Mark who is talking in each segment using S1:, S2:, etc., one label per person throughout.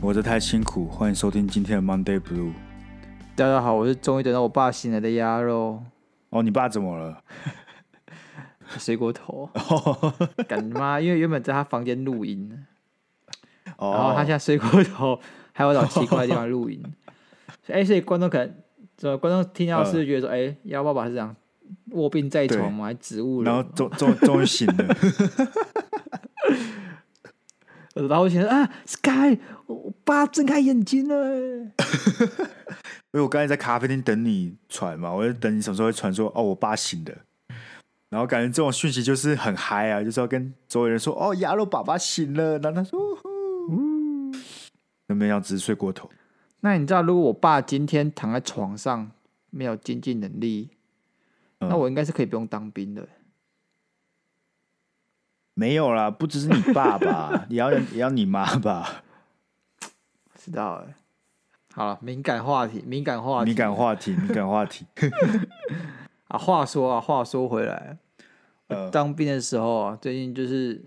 S1: 活得太辛苦，欢迎收听今天的 Monday Blue。
S2: 大家好，我是终于等到我爸醒来的鸭肉
S1: 哦，你爸怎么了？
S2: 水果头，
S1: 哦
S2: 干妈，因为原本在他房间录音，
S1: 哦
S2: 然哦后他现在睡过头，还有找奇怪的地方录音。所以哎、所以观众可能，呃，观众听到
S1: 嗯
S2: 是觉得说，哎、鸭爸爸是这样卧病在床嘛，还植物人
S1: 然后
S2: 嘛，
S1: 终终终于醒了，
S2: 然后我想啊，Sky，我我爸睁开眼睛了，
S1: 因为我刚才在咖啡厅等你传嘛，我就等你什么时候会传说哦，我爸醒了。然后感觉这种讯息就是很嗨啊，就是要跟周围人说哦，鸭肉爸爸醒了。然后他说，呜呼那没想到只是睡过头。
S2: 那你知道，如果我爸今天躺在床上没有经济能力，
S1: 嗯
S2: 那我应该是可以不用当兵的。
S1: 没有啦，不只是你爸 爸，也要也要你妈吧。
S2: 不知道哎、好了，敏感话题，敏感话题，
S1: 欸敏感话题，敏感话题。
S2: 啊！话说啊，话说回来，
S1: 呃，
S2: 当兵的时候啊，最近就是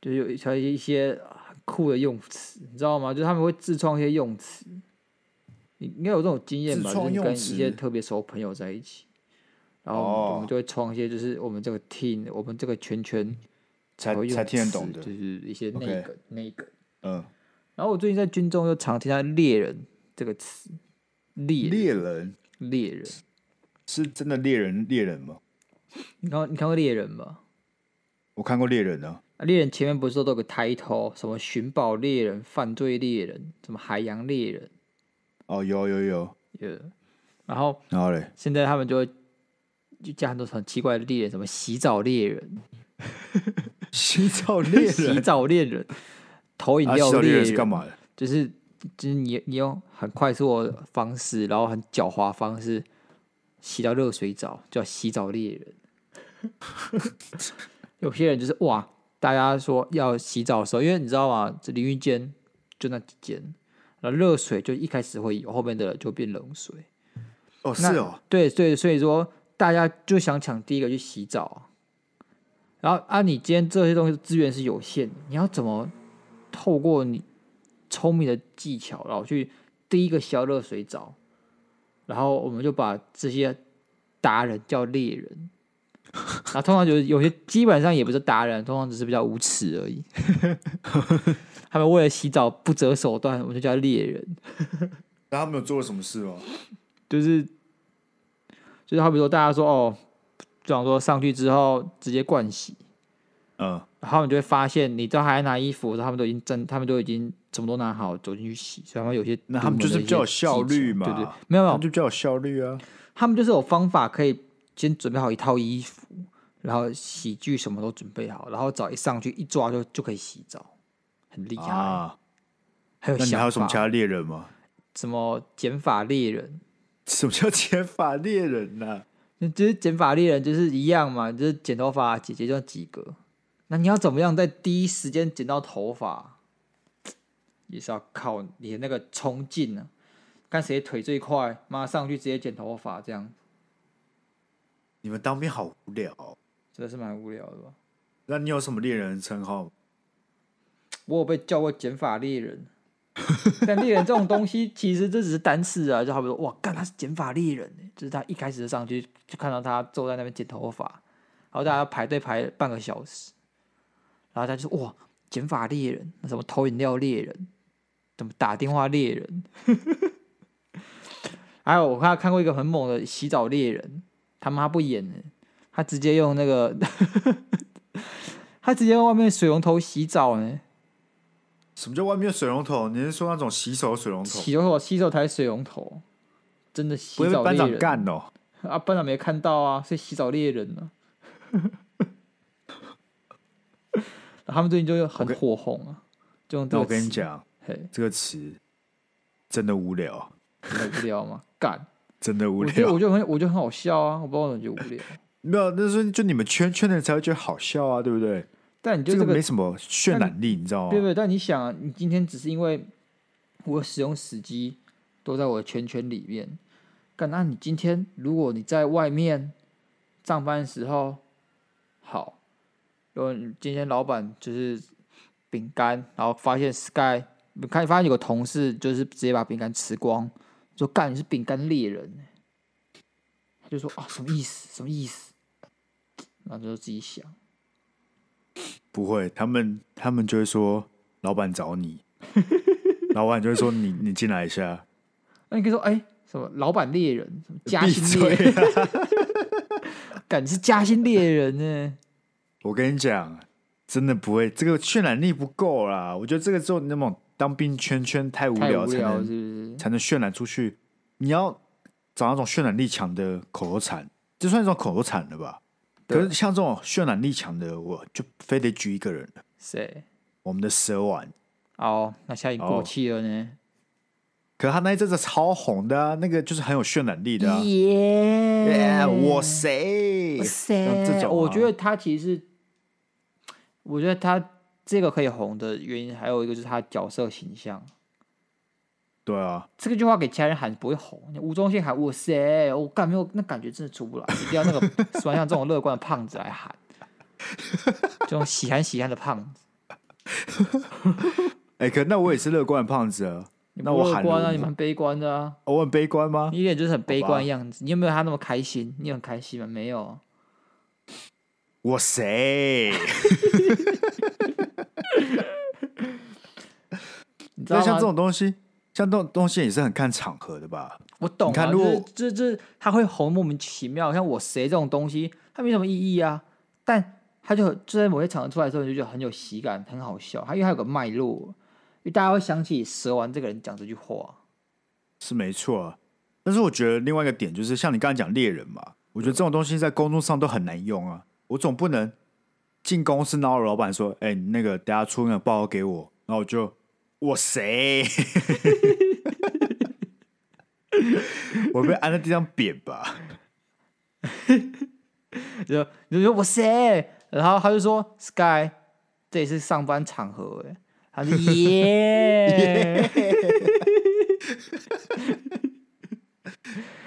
S2: 就是有一条一些很酷的用词，你知道吗？就是他们会自创一些用词。你应该有这种经验吧？
S1: 自
S2: 就
S1: 创
S2: 是你跟
S1: 用
S2: 一
S1: 词
S2: 些特别熟的朋友在一起，然后我们
S1: 哦
S2: 我们就会创一些，就是我们这个 team，我们这个圈圈
S1: 才
S2: 会用
S1: 才听得懂
S2: 词
S1: 的
S2: 就。是一些内
S1: OK
S2: 梗内梗。
S1: 嗯，
S2: 然后我最近在军中又常听到“猎人”这个词，猎
S1: 猎人
S2: 猎人，
S1: 是真的猎人猎人吗？
S2: 你看过你看过猎人吗？
S1: 我看过猎人啊，
S2: 啊猎人前面不是都有个 title，什么寻宝猎人、犯罪猎人、什么海洋猎人，
S1: 哦，有有有，
S2: 有。然后
S1: 然后 嘞，
S2: 现在他们就会就加很多很奇怪的猎人，什么洗澡猎人、
S1: 洗澡猎
S2: 洗
S1: 人，
S2: 澡猎人、投饮
S1: 啊，
S2: 料
S1: 洗澡猎
S2: 猎
S1: 人是干嘛的？
S2: 就是就是你你用很快速的方式，然后很狡猾的方式洗到热水澡，叫洗澡猎人。 有些人就是哇，大家说要洗澡的时候，因为你知道吗？这淋浴间就那几间，然后热水就一开始会有，后面的就变冷水。
S1: 哦，是
S2: 那
S1: 哦，
S2: 对对，所以说大家就想抢第一个去洗澡啊。然后啊，你今天这些东西资源是有限的，你要怎么透过你聪明的技巧，然后去第一个消热水澡，然后我们就把这些达人叫猎人。然后通常就是有些基本上也不是达人，通常只是比较无耻而已。 他们为了洗澡不择手段，我们就叫猎人。
S1: 那他们有做了什么事吗？
S2: 就是就是好比说大家说哦，就想说上去之后直接灌洗，
S1: 嗯，
S2: 然后他们就会发现，你知道还在拿衣服的时候，他们都已经真，他们都已经什么都拿好走进去洗，所以他们有些
S1: 那他们就是
S2: 独门的一些
S1: 比较有效率嘛
S2: 技巧对不对？没有没
S1: 他
S2: 有
S1: 们，就比较有效率啊。
S2: 他们就是有方法可以先准备好一套衣服，然后洗具什么都准备好，然后只要一上去一抓就就可以洗澡，很厉害。
S1: 啊，
S2: 还有
S1: 那你还有什么
S2: 想
S1: 其
S2: 法
S1: 他猎人吗？
S2: 什么减法猎人，
S1: 什么叫减法猎人啊呢？
S2: 那就是剪发猎人就是一样嘛，就是剪头发姐姐就几个，那你要怎么样在第一时间剪到头发，也是要靠你的那个冲劲啊，看谁腿最快，妈上去直接剪头发，这样
S1: 你们当兵好无聊哦。
S2: 真的是蛮无聊的吧？
S1: 那你有什么猎人的称号吗？
S2: 我有被叫过剪发猎人， 但猎人这种东西其实这只是单词啊，就好比说哇，干他是剪发猎人欸，就是他一开始就上去就看到他坐在那边剪头发，然后大家排队排半个小时，然后他就说哇，剪发猎人，那什么投饮料猎人，怎么打电话猎人， 还有我看看过一个很猛的洗澡猎人，他妈不演了，他直接用那个。 他直接用外面水龙头洗澡呢，
S1: 什么叫外面有水龙头？你是说那种洗手水龙头？
S2: 洗手洗手台水龙头，真的洗
S1: 不会
S2: 澡
S1: 被班
S2: 猎
S1: 长
S2: 人
S1: 干哦？
S2: 啊！班长没看到啊，所以洗澡猎人呢、 啊。他们最近就很
S1: 我跟
S2: 火红啊，就用这
S1: 那我
S2: 个
S1: 跟你
S2: 词，
S1: 讲，
S2: 嘿，
S1: 这个词真的无聊，
S2: 真的无聊吗？干，
S1: 真的 无
S2: 我觉得
S1: 聊。
S2: 我觉得很我觉得很好笑啊，我不知道怎么觉得无聊，
S1: 没有，那是就你们圈圈的人才会觉得好笑啊，对不对？
S2: 但你就
S1: 这
S2: 这
S1: 个
S2: 个
S1: 没什么渲染力，你知道
S2: 对不
S1: 吗？
S2: 对？但你想啊，你今天只是因为我使用时机都在我的圈圈里面，干那你今天如果你在外面上班的时候，好，如果你今天老板就是饼干，然后发现 Sky 看发现有个同事就是直接把饼干吃光，说干你是饼干猎人欸，他就说啊什么意思什么意思，然后就自己想，
S1: 不会，他们他们就会说老板找 你，老板就会说你你进来一下，
S2: 那你可以说哎、什么老板猎人什么加
S1: 闭
S2: 薪猎
S1: 嘴
S2: 人，
S1: 啊！
S2: 干你是加薪猎人呢，
S1: 我跟你讲，真的不会，这个渲染力不够啦。我觉得这个之后那种当兵圈圈太无
S2: 太
S1: 聊，
S2: 无
S1: 才
S2: 聊
S1: 能
S2: 是不是？
S1: 才能渲染出去。你要找那种渲染力强的口头禅，这算一种口头禅了吧？
S2: 对
S1: 可是像这种渲染力强的，我就非得举一个人了
S2: 谁？
S1: 我们的蛇丸。
S2: 哦，那现在已经过
S1: 哦
S2: 气了呢。
S1: 可是他那一阵子超红的、啊，那个就是很有渲染力的、啊。
S2: 耶哎
S1: Yeah，我谁？像这种啊、
S2: 我觉得他其实是，我觉得他这个可以红的原因，还有一个就是他角色形象。
S1: 对啊，
S2: 这个句话给其他人喊不会红，你吴宗宪喊哇塞，我干没有那感觉真的出不来，一定要那个喜欢像这种乐观的胖子来 喊，这种喜憨喜憨的胖子。
S1: 哎、可那我也是乐观的胖子啊。
S2: 你
S1: 那
S2: 不
S1: 我
S2: 乐
S1: 喊
S2: 观
S1: 了
S2: 啊，
S1: 哦
S2: 你蛮悲观的啊，
S1: 我很悲观吗
S2: 你？一脸就是很悲
S1: 吧
S2: 观的样子。你有没有他那么开心？你很开心吗？没有。
S1: 我谁？
S2: 你知
S1: 那
S2: 道吗？
S1: 像这种东西，像这种东西也是很看场合的吧？
S2: 我懂、啊，
S1: 你看
S2: 就
S1: 如
S2: 是
S1: 果
S2: 这这他会红莫名其妙，像我谁这种东西，它没什么意义啊。但他就就在某些场合出来的时候，你就觉得很有喜感，很好笑。他因为他有个脉络，因为大家会想起蛇丸这个人讲这句话。
S1: 是没错、啊。但是我觉得另外一个点就是，像你刚才讲猎人嘛，我觉得这种东西在工作上都很难用啊。我总不能进公司，然后老板说：“哎、你那个等下出那个报告给我。”然后我就我谁？ 我被按在地上扁吧？
S2: 你就你就说我谁？然后他就说 Sky，这也是上班场合哎、他 说耶，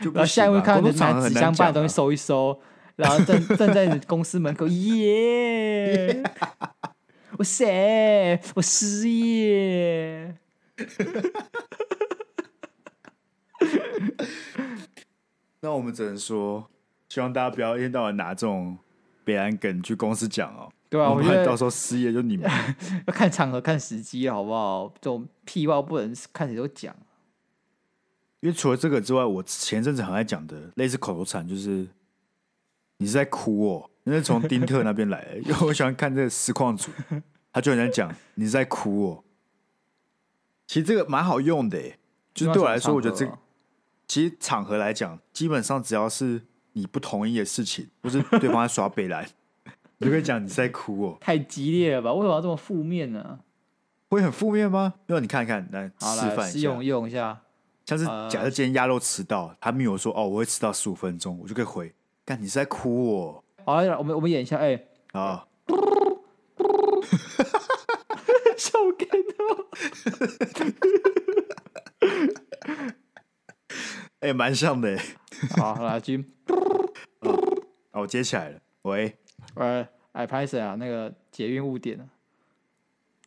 S1: 就不
S2: 然后下一位
S1: 行吧
S2: 看到
S1: 工
S2: 你
S1: 作场
S2: 拿
S1: 合
S2: 纸
S1: 很
S2: 箱
S1: 难
S2: 把
S1: 讲
S2: 你东
S1: 啊
S2: 西收一收，然后 站站在你公司门口，耶！我谁？我失业。
S1: 那我们只能说，希望大家不要一天到晚拿这种北安梗去公司讲哦。
S2: 对啊
S1: 要不然
S2: 我觉得
S1: 到时候失业就你们。
S2: 要看场合、看时机，好不好？这种屁话不能看谁都讲。
S1: 因为除了这个之外，我前阵子很爱讲的类似口头禅就是“你是在哭哦”，那是从丁特那边来的，因 为我喜欢看这个实况组，他就很在 讲“你是在哭哦”。其实这个蛮好用的耶，就是对我来说，我觉得这
S2: 个
S1: 其实场合来讲，基本上只要是你不同意的事情，或是对方在耍北 兰，你就可以讲“你是在哭哦”。
S2: 太激烈了吧？为什么要这么负面呢、
S1: 会很负面吗？那你看一看，来
S2: 好
S1: 示
S2: 来
S1: 范
S2: 试
S1: 一下
S2: 用。用一下。
S1: 像是
S2: 呃
S1: 假设今天鸭肉迟到，他密我说哦我会迟到十五分钟，我就可以回，干你是在哭我
S2: 好，来我们我们演一下，哎、
S1: 啊？
S2: 笑给他。
S1: 哎、蛮像的 欸。
S2: 好，好来君，
S1: 哦，我接起来了，喂，
S2: 呃，哎，拍谁啊？那个捷运误点了，啊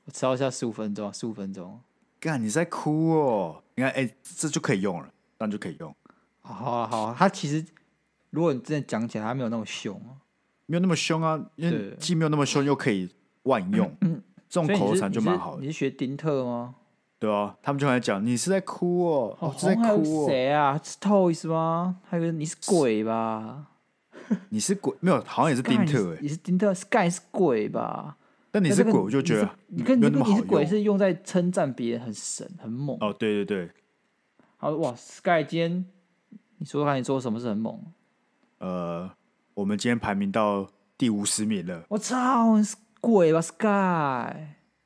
S2: 我迟到一下十五分钟，十五分钟。
S1: 干你是在哭哦？你看，哎、这就可以用了，这样就可以用，
S2: 好啊，好啊，他其实如果你真的讲起来，他没有那么凶啊。
S1: 没有那么凶啊，因为
S2: 对嗯
S1: 既没有那么凶，又可以万用，这种
S2: 所以
S1: 口
S2: 你
S1: 头
S2: 是
S1: 禅
S2: 你
S1: 就是蛮好的
S2: 你，是学丁特吗？
S1: 对啊，他们就来讲你是在哭哦，哦，是在
S2: 红还有
S1: 哭哦，
S2: 谁啊？是 Toys 吗？还以为你是鬼吧？
S1: 你是鬼没有？好像也是丁特哎、
S2: 你是丁特，Sky 欸是鬼吧？
S1: 但你
S2: 那
S1: 是
S2: 这个
S1: 鬼，我就觉得
S2: 你
S1: 没
S2: 跟
S1: 有
S2: 你
S1: 那
S2: 跟
S1: 么
S2: 你
S1: 好
S2: 是
S1: 用
S2: 鬼。是用在称赞别人很神很猛。
S1: 哦，对对对，
S2: 好，哇，Sky 今天你说说看，你做什么是很猛？
S1: 呃，我们今天排名到第五十名了，
S2: 我操，你是鬼吧，Sky？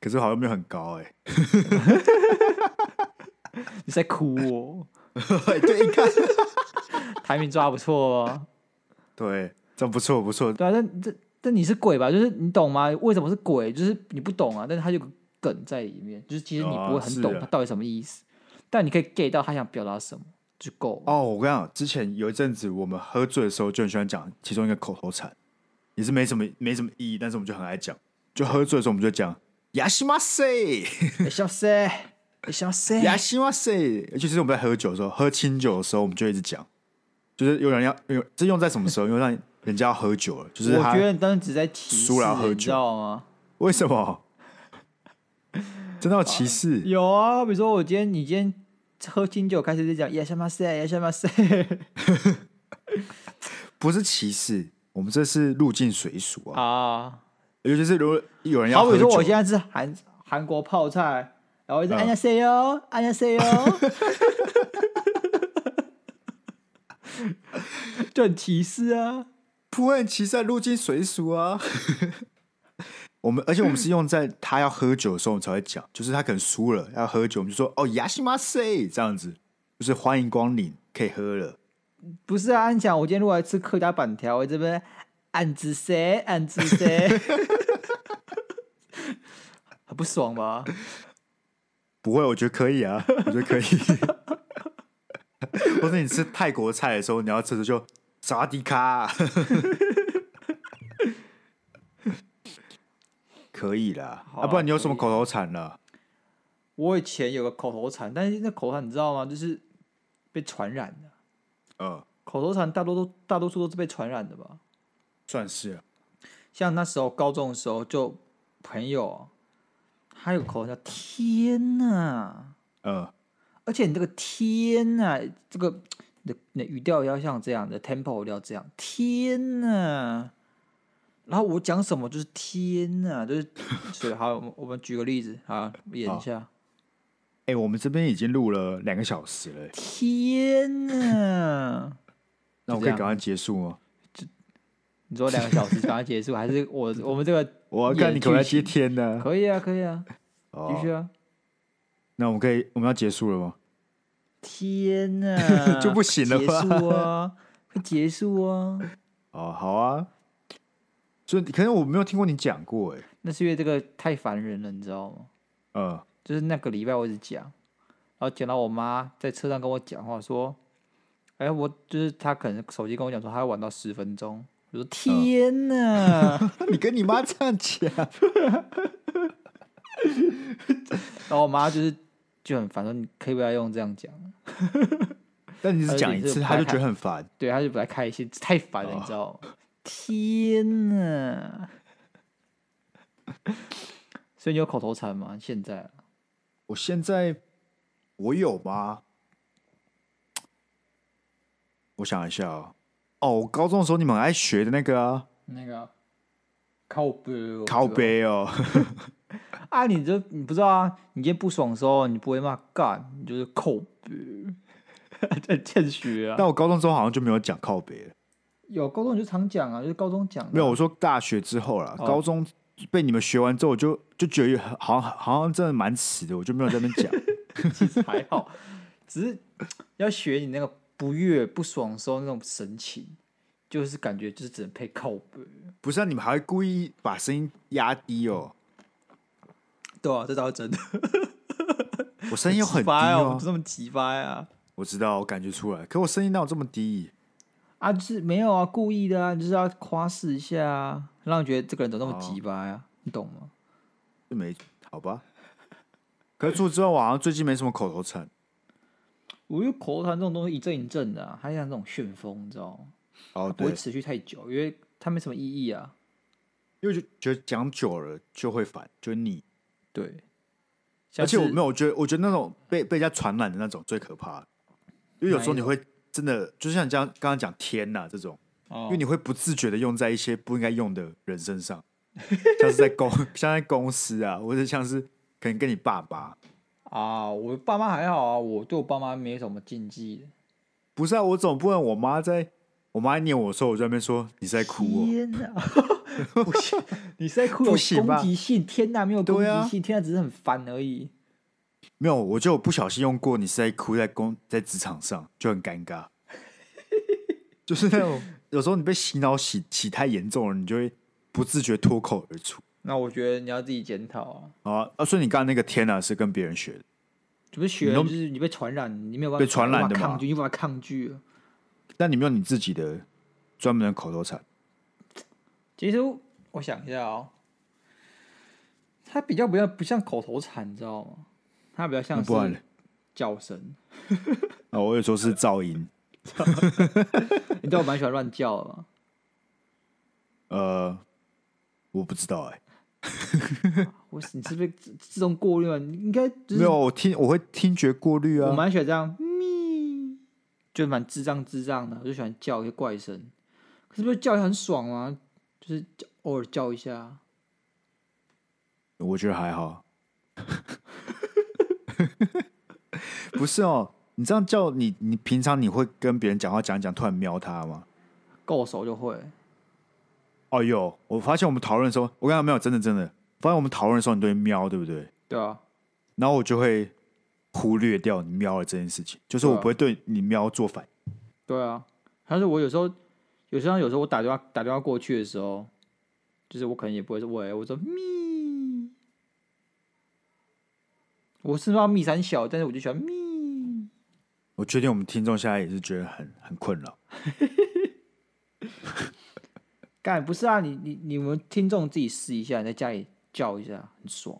S1: 可是好像没有很高哎、
S2: 你在哭哦，
S1: 对， 你看，
S2: 排名抓不错哦。
S1: 对，这样不错不错，
S2: 对啊，但这但你是鬼吧？就是你懂吗？为什么是鬼？就是你不懂啊，但是它有个梗在里面，就是其实你不会
S1: 哦
S2: 很
S1: 是
S2: 懂
S1: 啊
S2: 它到底什么意思，但你可以 get 到他想表达什么就够了。
S1: 哦，我跟你讲，之前有一阵子我们喝醉的时候就很喜欢讲其中一个口头禅，也是没什么没什么意义，但是我们就很爱讲。就喝醉的时候我们就讲亚西马塞，
S2: 欸小塞，欸小塞，
S1: 亚西马塞，就是我们在喝酒的时候，喝清酒的时候，我们就一直讲，就是有人要用，这用在什么时候？用在人家要喝酒了，就是
S2: 我
S1: 他
S2: 觉得你当时只在歧视
S1: 输了要喝
S2: 人，
S1: 酒
S2: 你知道吗？
S1: 为什么？真的有歧视？
S2: 有啊，比如说我今天你今天喝清酒开始就讲亚什么塞，亚什么塞，
S1: 不是歧视，我们这是入境随俗啊。
S2: 啊，
S1: 尤其是如果有人要
S2: 好
S1: 喝
S2: 比
S1: 酒，
S2: 说我现在是韩韩国泡菜，然后一直
S1: 嗯
S2: 安家 say 哟，安家 say 哟， 就很歧视啊。
S1: 不会很歧视啊入境随俗啊。 我们而且我们是用在他要喝酒的时候，我们才会讲，就是他可能输了要喝酒，我们就说哦亚西马塞这样子，就是欢迎光临，可以喝了。
S2: 不是啊，你讲我今天如果来吃客家板条，我这边暗指谁？暗指谁？ 很不爽吧？
S1: 不会，我觉得可以 啊，我觉得可以。或者你吃泰国菜的时候，你要吃的就萨瓦迪卡， 可以啦。
S2: 好啊
S1: 啊，不然你有什么
S2: 可
S1: 口头禅啊了？
S2: 我以前有个口头禅，但是那口头禅你知道吗？就是被传染的。
S1: 呃，
S2: 口头禅大多都大多数都是被传染的吧？
S1: 算是啊
S2: 像那时候高中的时候，就朋友哦他有口头禅叫“天呐
S1: 呃，”，
S2: 而且你这个“天呐”，这个你的你的语调要像这样的，tempo 要这样，“天呐”。然后我讲什么就是“天呐”，就是所以好，我们我们举个例子啊，演一
S1: 好
S2: 下
S1: 哎、我们这边已经录了两个小时了、
S2: “天呐
S1: 那我可
S2: 就
S1: 以
S2: 这样
S1: 赶快结束吗？”。
S2: 你说两个小时赶快结束，还是我我们这个
S1: 我要看你口才接天呢、
S2: 可以啊，可以啊，
S1: 哦
S2: 继续啊！
S1: 那我们可以，我们要结束了吗？
S2: 天呐
S1: 就不行了
S2: 结
S1: 吧
S2: 束啊，快结束啊！
S1: 哦，好啊。所以，可能我没有听过你讲过、哎，
S2: 那是因为这个太烦人了，你知道吗？
S1: 呃，
S2: 就是那个礼拜我一直讲，然后讲到我妈在车上跟我讲话说：“哎，我就是她可能手机跟我讲说她要晚到十分钟。”我说：“天啊呐！”
S1: 你跟你妈这样讲，
S2: 然后我妈就是就很烦，说：“你可以不要用这样讲。
S1: 但你只讲一
S2: 而且
S1: 次，
S2: 是
S1: 他就觉得很烦。”
S2: 对，她就不太开心，太烦了，你
S1: 哦
S2: 知道吗？天呐！ 所以你有口头禅吗？现在？
S1: 我现在我有吗？我想一下哦，哦，我高中的时候你们很爱学的那个啊，
S2: 那个靠背哦，
S1: 靠背 哦，
S2: 啊！你这你不知道啊？你今天不爽的时候，你不会骂干，你就是靠背， 在欠学啊
S1: 但。我高中之后好像就没有讲靠背了。
S2: 有高中你就常讲啊，就是高中讲的啊
S1: 没有，我说大学之后啦，
S2: 哦
S1: 高中被你们学完之后，我就就觉得好像好像真的蛮迟的，我就没有在那边讲。
S2: 其实还好，只是要学你那个不悦、不爽的时候那种神情，就是感觉就是只能配靠背。
S1: 不是、啊，你们还会故意把声音压低哦，
S2: 对啊，这倒是真的。
S1: 我声音又 很低
S2: 掰
S1: 哦
S2: 哦，，这么急掰啊！
S1: 我知道，我感觉出来，可我声音哪有这么低？
S2: 啊，就是没有啊，故意的啊，你就是要夸饰一下啊，让你觉得这个人怎么那么
S1: 哦
S2: 急掰啊？你懂吗？
S1: 这没好吧？可是除此之外，我好像最近没什么口头禅。
S2: 我觉得口头禅这种东西一阵一阵的、啊，它像这种旋风，你知道吗？
S1: 哦，
S2: 不
S1: 对
S2: 会，持续太久，因为它没什么意义啊。
S1: 因为就觉得讲久了就会烦，就会腻。
S2: 对，
S1: 而且我没有，
S2: 有
S1: 我觉得我觉得那种被被人家传染的那种最可怕，因为有时候
S2: 哪
S1: 你
S2: 一
S1: 会真的，就像你这样刚刚讲天呐、这种，
S2: 哦
S1: 因为你会不自觉的用在一些不应该用的人身上，像是在公 像在公司啊，或者像是可能跟你爸爸。
S2: 啊，我爸妈还好啊，我对我爸妈没什么禁忌。
S1: 不是啊，我总不能我妈在我妈念我的时候，我就在那边说你是在哭哦。
S2: 天哪， 不行，你是在哭有
S1: 不行
S2: 攻
S1: 吧
S2: 击性？天哪，没有攻
S1: 对啊
S2: 击性，天哪，只是很烦而已。
S1: 没有，我就有不小心用过，你是在哭，在工在职场上就很尴 尬，就是那种有时候你被洗脑洗洗太严重了，你就会不自觉脱口而出。
S2: 那我觉得你要自己检讨啊，
S1: 好啊，啊，所以你刚刚那个天啊是跟别人学的，
S2: 就是学，
S1: 你都
S2: 就是你被传染，你没有办
S1: 被
S2: 法
S1: 传染的
S2: 你无法
S1: 嘛
S2: 抗拒，你无法抗拒啊了。
S1: 但你没有你自己的专门的口头禅。
S2: 其实我想一下哦，它比较不像不像口头禅，你知道吗？它比较
S1: 那
S2: 像
S1: 不然呢
S2: 是叫声。
S1: 啊，我有时候是噪音，
S2: 你知道我蛮喜欢乱叫的吗？
S1: 呃，我不知道哎、
S2: 我你是不是自自动过滤了？你应该就是
S1: 没有，我听我会听觉过滤
S2: 我
S1: 啊，
S2: 蛮喜欢这样咪，就蛮智障智障的，我就喜欢叫一些怪声。可是不是叫也很爽吗？就是叫偶尔叫一下，
S1: 我觉得还好。 不是哦，你这样叫你，你平常你会跟别人讲话讲一讲，突然瞄他吗？
S2: 够熟就会。
S1: 哦，有，我发现我们讨论的时候，我刚刚没有，真的真的，发现我们讨论的时候你都会瞄，对不对？
S2: 对啊，
S1: 然后我就会忽略掉你瞄的这件事情，就是我
S2: 对啊
S1: 不会对你瞄做反应。
S2: 对啊。但是我有时候，有时候有时候我打电话打电话过去的时候，就是我可能也不会说喂，我说咪，我是不知道咪三小，但是我就喜欢咪。
S1: 我确定我们听众现在也是觉得很很困扰。
S2: 干不是啊，你你你们听众自己试一下，你在家里叫一下，很爽。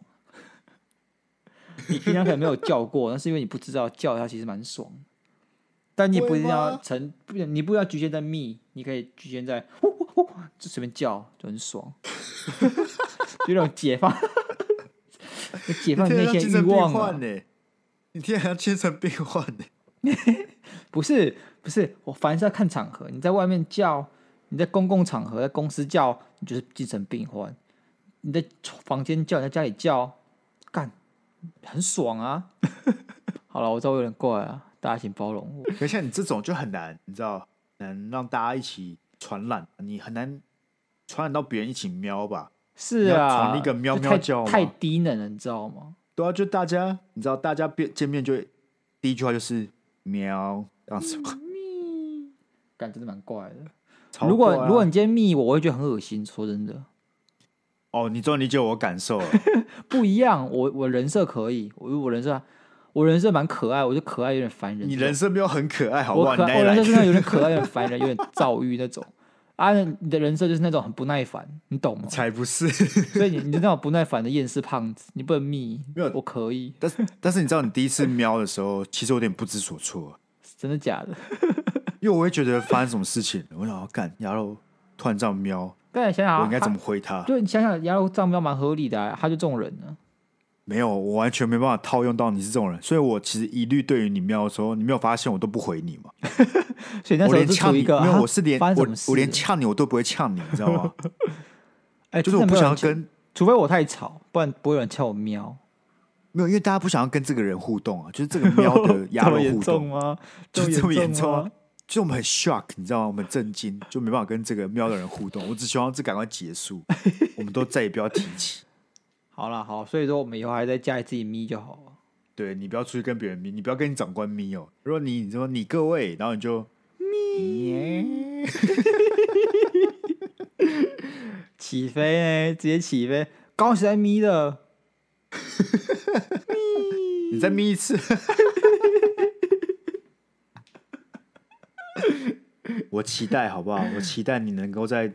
S2: 你平常可能没有叫过，那是因为你不知道叫一下其实蛮爽的。但你也不一定
S1: 会
S2: 要
S1: 吗
S2: 成，不你不要局限在密，你可以局限在呼呼呼，就随便叫就很爽， 就那种解放， 解放你内心的欲望啊。
S1: 呢、你天然精神病患呢、
S2: 不是不是，我凡是要看场合。你在外面叫，你在公共场合，在公司叫，你就是精神病患；你在房间叫，你在家里叫，干很爽啊！ 好了，我知道我有点怪啊，大家请包容我。
S1: 可像你这种就很难，你知道，能让大家一起传染，你很难传染到别人一起喵吧？
S2: 是
S1: 你要
S2: 啊，
S1: 传一个喵
S2: 就
S1: 喵
S2: 太
S1: 叫
S2: 太
S1: 吗
S2: 低能了，你知道吗？
S1: 对啊，就大家，你知道，大家变见面就会第一句话就是喵，这样子嘛。
S2: 感真的蛮怪的。
S1: 超
S2: 如果
S1: 怪啊
S2: 如果你今天密我，我会觉得很恶心。说真的，
S1: 哦，你终于理解我感 受了。
S2: 不一样。我我人设可以，我我人设我人设蛮可爱，我就可爱有点烦人。
S1: 你人生没有很可爱，好不
S2: 我
S1: 好？
S2: 可
S1: 你哪
S2: 我
S1: 里
S2: 人
S1: 来
S2: 设
S1: 的？
S2: 真 的有点可爱，有点烦人，有点躁郁那种。啊，你的人设就是那种很不耐烦，你懂吗？
S1: 才不是。
S2: 所以你你就那种不耐烦的厌世胖子，你不能密，
S1: 没有
S2: 我可以，
S1: 但是但是你知道，你第一次喵的时候，其实我有点不知所措，
S2: 真的假的？
S1: 因为我会觉得发生什么事情了，我想要干，然后突然这样喵，
S2: 但你想想啊，
S1: 我应该怎么
S2: 他？
S1: 回他？
S2: 对你想想，牙肉账标蛮合理的、啊，他就这种人呢、
S1: 没有，我完全没办法套用到你是这种人，所以我其实一律对于你喵的时候，你没有发现我都不回你嘛，
S2: 所以那
S1: 我
S2: 时候
S1: 连
S2: 是处
S1: 呛
S2: 于
S1: 你
S2: 一个，
S1: 没有，
S2: 啊
S1: 我是连
S2: 发生
S1: 我
S2: 什么事
S1: 我连
S2: 了
S1: 呛你我都不会呛你，你知道 吗？
S2: 哎，
S1: 就是我
S2: 真
S1: 不
S2: 的没
S1: 想
S2: 有人
S1: 要
S2: 呛，
S1: 跟
S2: 除非我太吵，不然不会有人叫我喵。
S1: 没有，因为大家不想要跟这个人互动啊，就是这个喵的
S2: 这
S1: 鸭
S2: 么
S1: 肉
S2: 严
S1: 互
S2: 重
S1: 动，
S2: 吗？
S1: 就这么严重啊
S2: 吗？
S1: 就我们很 shock，你知道吗？我们很震惊，就没办法跟这个喵的人互动。我只希望这赶快结 束，我们都再也不要提起。
S2: 好啦，好，所以说我们以后还在家里自己咪就好了。
S1: 对你不要出去跟别人咪，你不要跟你长官咪哦。如果你你说你各位，然后你就咪，
S2: 起飞呢，直接起飞，刚起来咪的。
S1: 你再咪一 次。我期待好不好？我期待你能够在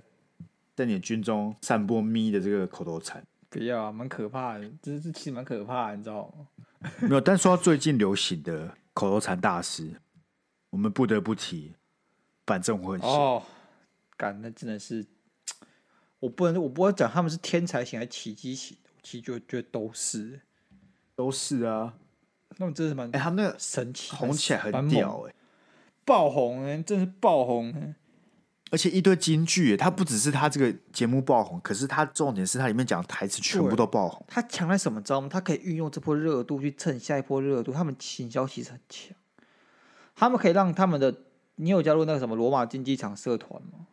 S1: 在你的军中散播咪的这个口头禅。
S2: 不要、啊，蛮可怕的，这这其实蛮可怕的，你知道吗？
S1: 没有，但说到最近流行的口头禅大师，我们不得不提反正混血。
S2: 哦，干，那真的是，我不能，我不会讲他们是天才型还是奇迹型，其实就觉得都是，
S1: 都是啊。
S2: 那么真的是蛮
S1: 哎、他们那个
S2: 神奇，
S1: 红起来
S2: 蛮
S1: 很
S2: 猛
S1: 屌哎、
S2: 爆红哎、真的是爆红哎、
S1: 而且一堆金句、欸，他不只是他这个节目爆红，可是他重点是他里面讲的台词全部都爆红。
S2: 他强在什么，知道吗？他可以运用这波热度去蹭下一波热度，他们行销其实很强，他们可以让他们的，你有加入那个什么罗马竞技场社团吗？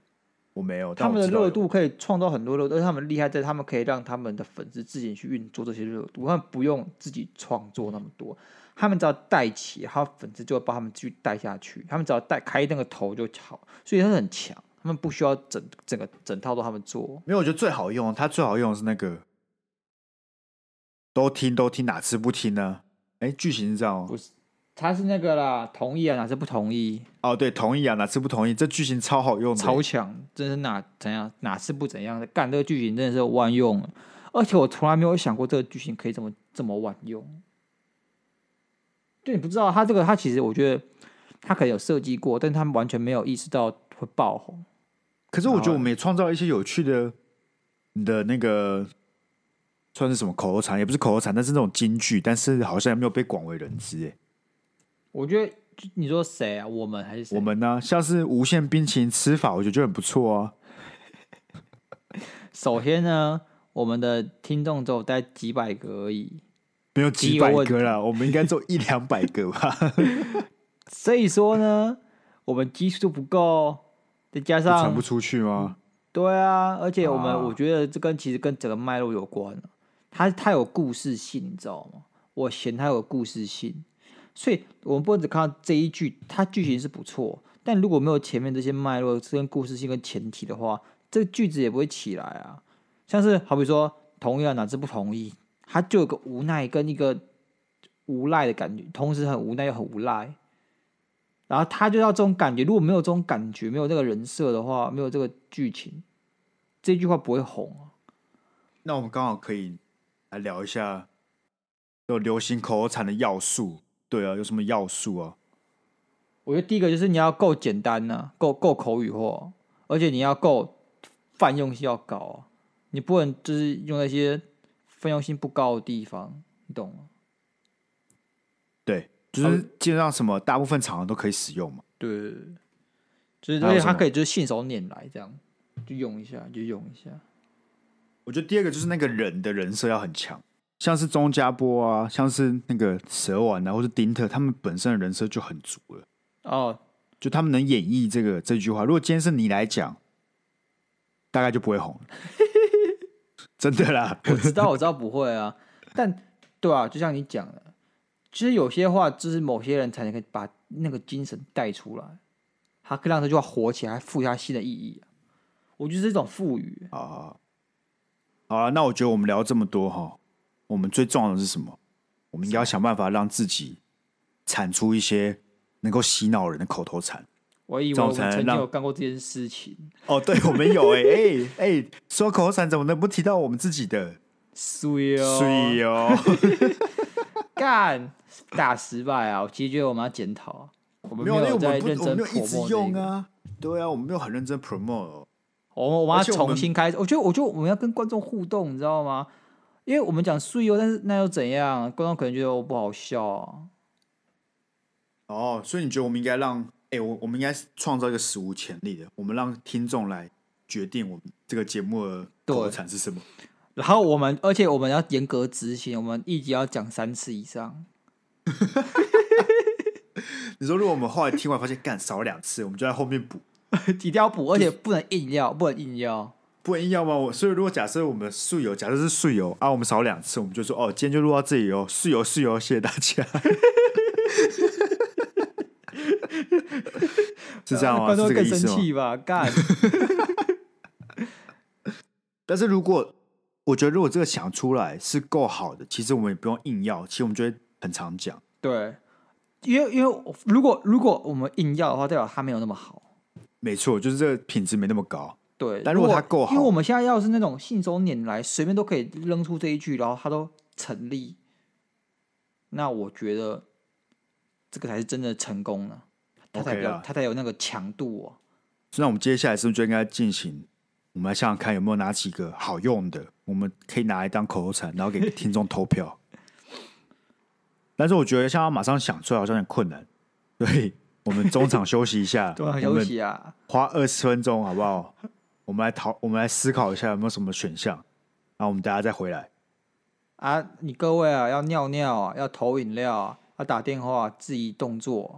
S1: 我没有，
S2: 他
S1: 但我
S2: 们的
S1: 知道
S2: 热
S1: 有
S2: 度可以创造很多热度，而且他们厉害在他们可以让他们的粉丝自己去运作这些热度，他们不用自己创作那么多，他们只要带起，他粉丝就会帮他们继续带下去，他们只要带开那个头就好，所以他很强，他们不需要整整个整套都他们做。
S1: 没有，我觉得最好用，他最好用的是那个都听都听，哪次不听呢？哎、剧情是这样哦
S2: 不，是他是那个啦，同意啊，哪是不同意？
S1: 哦对，同意啊，哪次不同意？这剧情超好用的、
S2: 超强，真是哪怎样哪次不怎样的，干这个剧情真的是万用了。而且我从来没有想过这个剧情可以这么这么万用。对，你不知道他这个，他其实我觉得他可能有设计过，但他们完全没有意识到会爆红。
S1: 可是我觉得我们也创造了一些有趣的，你的那个算是什么口头禅，也不是口头禅，但是那种金句，但是好像也没有被广为人知。哎，
S2: 我觉得你说谁啊？我们还是谁
S1: 我们呢，像是无限冰淇淋吃法，我觉得就很不错啊。
S2: 首先呢，我们的听众只有大概几百个而已，
S1: 没有几百个啦，我们应该做一两百个 吧，
S2: 所以说呢，我们基数不够，再加
S1: 传
S2: 上
S1: 不出去吗？
S2: 对啊，而且我们、
S1: 啊
S2: 我觉得这跟其实跟整个脉络有关了、它它有故事性，你知道吗？我嫌它有故事性，所以我们不能只看到这一句，它剧情是不错，但如果没有前面这些脉络跟故事性跟前提的话，这个句子也不会起来啊。像是好比说同意啊，哪只不同意，它就有个无奈跟一个无赖的感觉，同时很无奈又很无赖。然后他就要这种感觉，如果没有这种感觉，没有这个人设的话，没有这个剧情，这句话不会红啊。
S1: 那我们刚好可以来聊一下有流行口头禅的要素。对啊，有什么要素啊？
S2: 我觉得第一个就是你要够简单呐、够够口语化，啊而且你要够泛用性要高啊，你不能就是用那些泛用性不高的地方，你懂吗？
S1: 对，就是基本上什么大部分场合都可以使用嘛。
S2: 对，就是
S1: 还有
S2: 而且
S1: 什
S2: 它
S1: 么
S2: 可以就是信手拈来这样，就用一下就用一下。
S1: 我觉得第二个就是那个人的人设要很强，像是钟家波啊，像是那个蛇丸啊，或是丁特，他们本身的人设就很足了，
S2: 哦，
S1: 就他们能演绎这个这句话。如果今天是你来讲，大概就不会红了， 真的啦。
S2: 我知道，我知道不会啊，但对啊，就像你讲的，其实有些话就是某些人才能可以把那个精神带出来，他可以让这句话火起来，还赋予它新的意义、啊。我觉得是一种赋予，
S1: 啊，好了，那我觉得我们聊这么多哈，我们最重要的是什么？我们应该要想办法让自己产出一些能够洗脑人的口头禅。
S2: 我以
S1: 这种
S2: 为我们
S1: 才能
S2: 曾经
S1: 让
S2: 有干过这件事情，
S1: 哦，对，我们 有哎哎哎，说口头禅怎么能不提到我们自己的？
S2: 水哦，
S1: 所以 哦，
S2: 干大失败啊！我其实觉得我们要检讨啊，我们
S1: 没有，因为我
S2: 在
S1: 们不，
S2: 认
S1: 我们
S2: 真
S1: 没有一直
S2: promote
S1: 用
S2: 这个
S1: 啊。对啊，我们没有很认真 promote 哦。
S2: 我们我们要
S1: 而且我
S2: 重
S1: 们
S2: 新开始。我觉得，我觉得我们要跟观众互动，你知道吗？因为我们讲碎哦，但是那又怎样？观众可能觉得我不好笑、啊。
S1: 哦，所以你觉得我们应该让？哎、我我们应该创造一个史无前例的，我们让听众来决定我们这个节目的口头
S2: 对
S1: 禅是什么。
S2: 然后我们，而且我们要严格执行，我们一集要讲三次 以上。
S1: 你说，如果我们后来听完发现干少了两次，我们就在后面补，
S2: 一定要补，而且不能硬要，不能硬要。
S1: 不然硬要吗？我所以如果假设我们素友，假设是素友啊，我们少两次，我们就说哦，今天就录到这里哦，素友素友，谢谢大家，是这样吗？
S2: 呃观众
S1: 是这个
S2: 会更
S1: 意
S2: 生
S1: 思吗？
S2: 气吧？干，
S1: 但是如果我觉得如果这个想出来是够好的，其实我们也不用硬要，其实我们就会很常讲。
S2: 对，因为因为如果如果我们硬要的话，代表它没有那么好。
S1: 没错，就是这个品质没那么高。
S2: 对，
S1: 但如果它够
S2: 因为
S1: 好
S2: 我们现在要是那种信手拈来，随便都可以扔出这一句，然后它都成立，那我觉得这个才是真的成功呢、它才
S1: OK
S2: 比较
S1: 啦
S2: 它才有那个强度哦。
S1: 所以那我们接下来是不是就应该进行？我们来想想看有没有哪几个好用的，我们可以拿来当口头禅，然后给听众投票。 但是我觉得像要马上想出来好像有点困难， 所以我们中场休息一下
S2: ，对啊，
S1: 我
S2: 休
S1: 们
S2: 息啊，
S1: 花二十分钟好不好？我们来讨，我们来思考一下有没有什么选项，然后我们大家再回来。
S2: 啊，你各位啊，要尿尿啊，要投饮料啊，要打电话、啊，自己动作啊、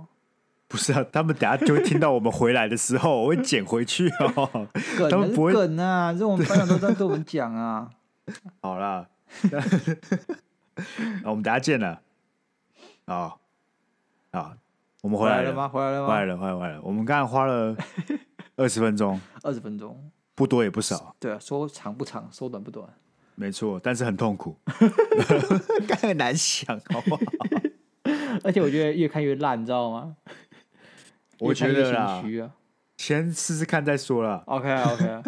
S1: 不是啊，他们等下就会听到我们回来的时候，我会剪回去哦。
S2: 梗
S1: 他
S2: 啊
S1: 们
S2: 是
S1: 不会
S2: 梗啊，这种班 长都在对我们讲啊。
S1: 好啦， 那好我们等下见了。好，好，我们回来
S2: 了
S1: 了？
S2: 吗？回来了
S1: 回来
S2: 吗？
S1: 了，回来了回来了。我们刚才花 了二十分钟，
S2: 二十分钟，
S1: 不多也不少，
S2: 对啊，说长不长，说短不短。
S1: 没错，但是很痛苦， 刚才很难想， 好不好？
S2: 而且我觉得越看越烂，你知道吗？
S1: 我
S2: 越看
S1: 觉
S2: 越
S1: 得啦
S2: 心，虚啊。
S1: 先试试看再说啦。
S2: OK 啊 OK，啊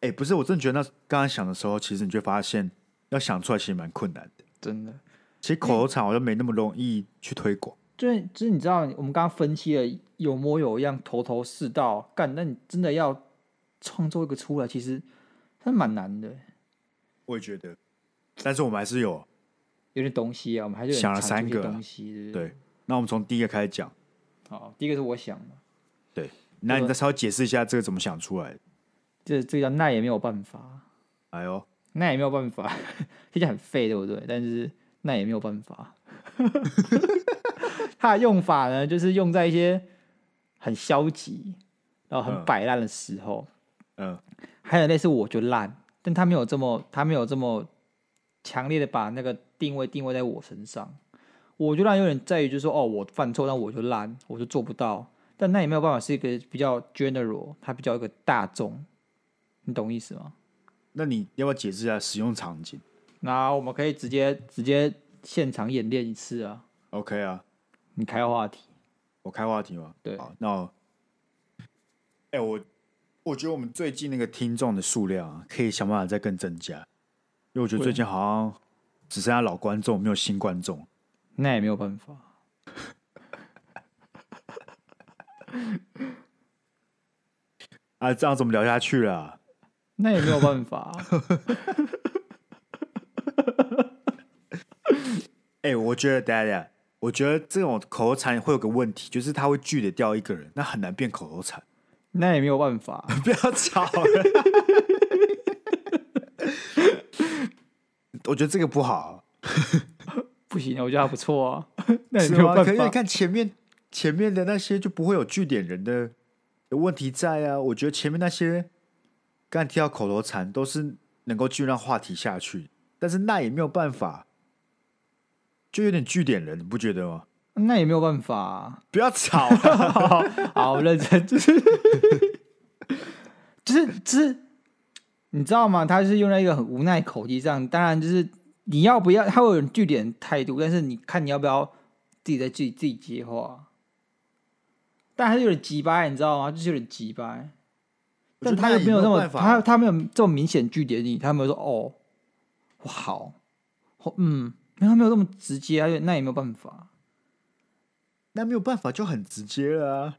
S1: 哎，不是，我真的觉得那刚刚想的时候，其实你就发现要想出来其实蛮困难的。
S2: 真的。
S1: 其实口头禅好像没那么容易去推广。
S2: 就是就是你知道，我们刚刚分析了有模有样、头头是道，干，那你真的要创作一个出来，其实它蛮难的，
S1: 我也觉得，但是我们还是有。
S2: 有点东西啊，我们还是有点
S1: 想了
S2: 产
S1: 三
S2: 出一些
S1: 个啊
S2: 东西，对不对？
S1: 对，那我们从第一个开始讲。
S2: 好，第一个是我想的，
S1: 对，那
S2: 对
S1: 你再稍微解释一下这个怎么想出来的？
S2: 这这个叫那也没有办法，
S1: 哎呦，
S2: 那也没有办法， 听起来很废，对不对？但是那也没有 办法。它的用法呢，就是用在一些很消极，然后很
S1: 嗯
S2: 摆烂的时候。
S1: 嗯，
S2: 还有类似我就烂，但他没有这么他没有这么强烈的把那个定位定位在我身上。我就烂有点在于就是说哦，我犯错，但我就烂，我就做不到。但那也没有办法，是一个比较 general，它比较一个大众，你懂意思吗？
S1: 那你要不要解释一下使用场景
S2: 那我们可以直接直接现场演练一次啊！
S1: ？OK 啊，
S2: 你开话题，
S1: 我开话题吗？
S2: 对
S1: 好，那我，哎、我我觉得我们最近那个听众的数量、啊、可以想办法再更增加，因为我觉得最近好像只剩下老观众，没有新观众。
S2: 那也没有办法。
S1: 啊，这样怎么聊下去了啊？
S2: 那也没有办法 啊、
S1: 哎、我觉得，等一下等一下，我觉得这种口头禅会有个问题，就是它会拒绝掉一个人，那很难变口头禅。
S2: 那也没有办法啊、
S1: 不要吵 了。我觉得这个不好，
S2: 不行啊，我觉得还不错啊。 那也
S1: 是
S2: 没有
S1: 吗？
S2: 办
S1: 可是
S2: 法
S1: 你。看前面前面的那些就不会有据点人的的问题在啊。我觉得前面那些刚才提到口头禅都是能够继续让话题下去，但是那也没有办法，就有点据点人，你不觉得吗？
S2: 那也没有办法、啊。
S1: 不要吵啊了，
S2: 好好认真，就是 就是就是，你知道吗？他是用在一个很无奈口气上，当然就是你要不要，他会有据点态度，但是你看你要不要自己再自己自己接话，但还是有点急掰，你知道吗？就是有点急掰，
S1: 我觉
S2: 但
S1: 得
S2: 他
S1: 那
S2: 又
S1: 也
S2: 没有那么
S1: 办法
S2: 他他没有这么明显据点你，他没有说哦，我好，哦嗯，没有他没有那么直接，啊，那也没有办法。
S1: 那没有办法，就很直接了啊。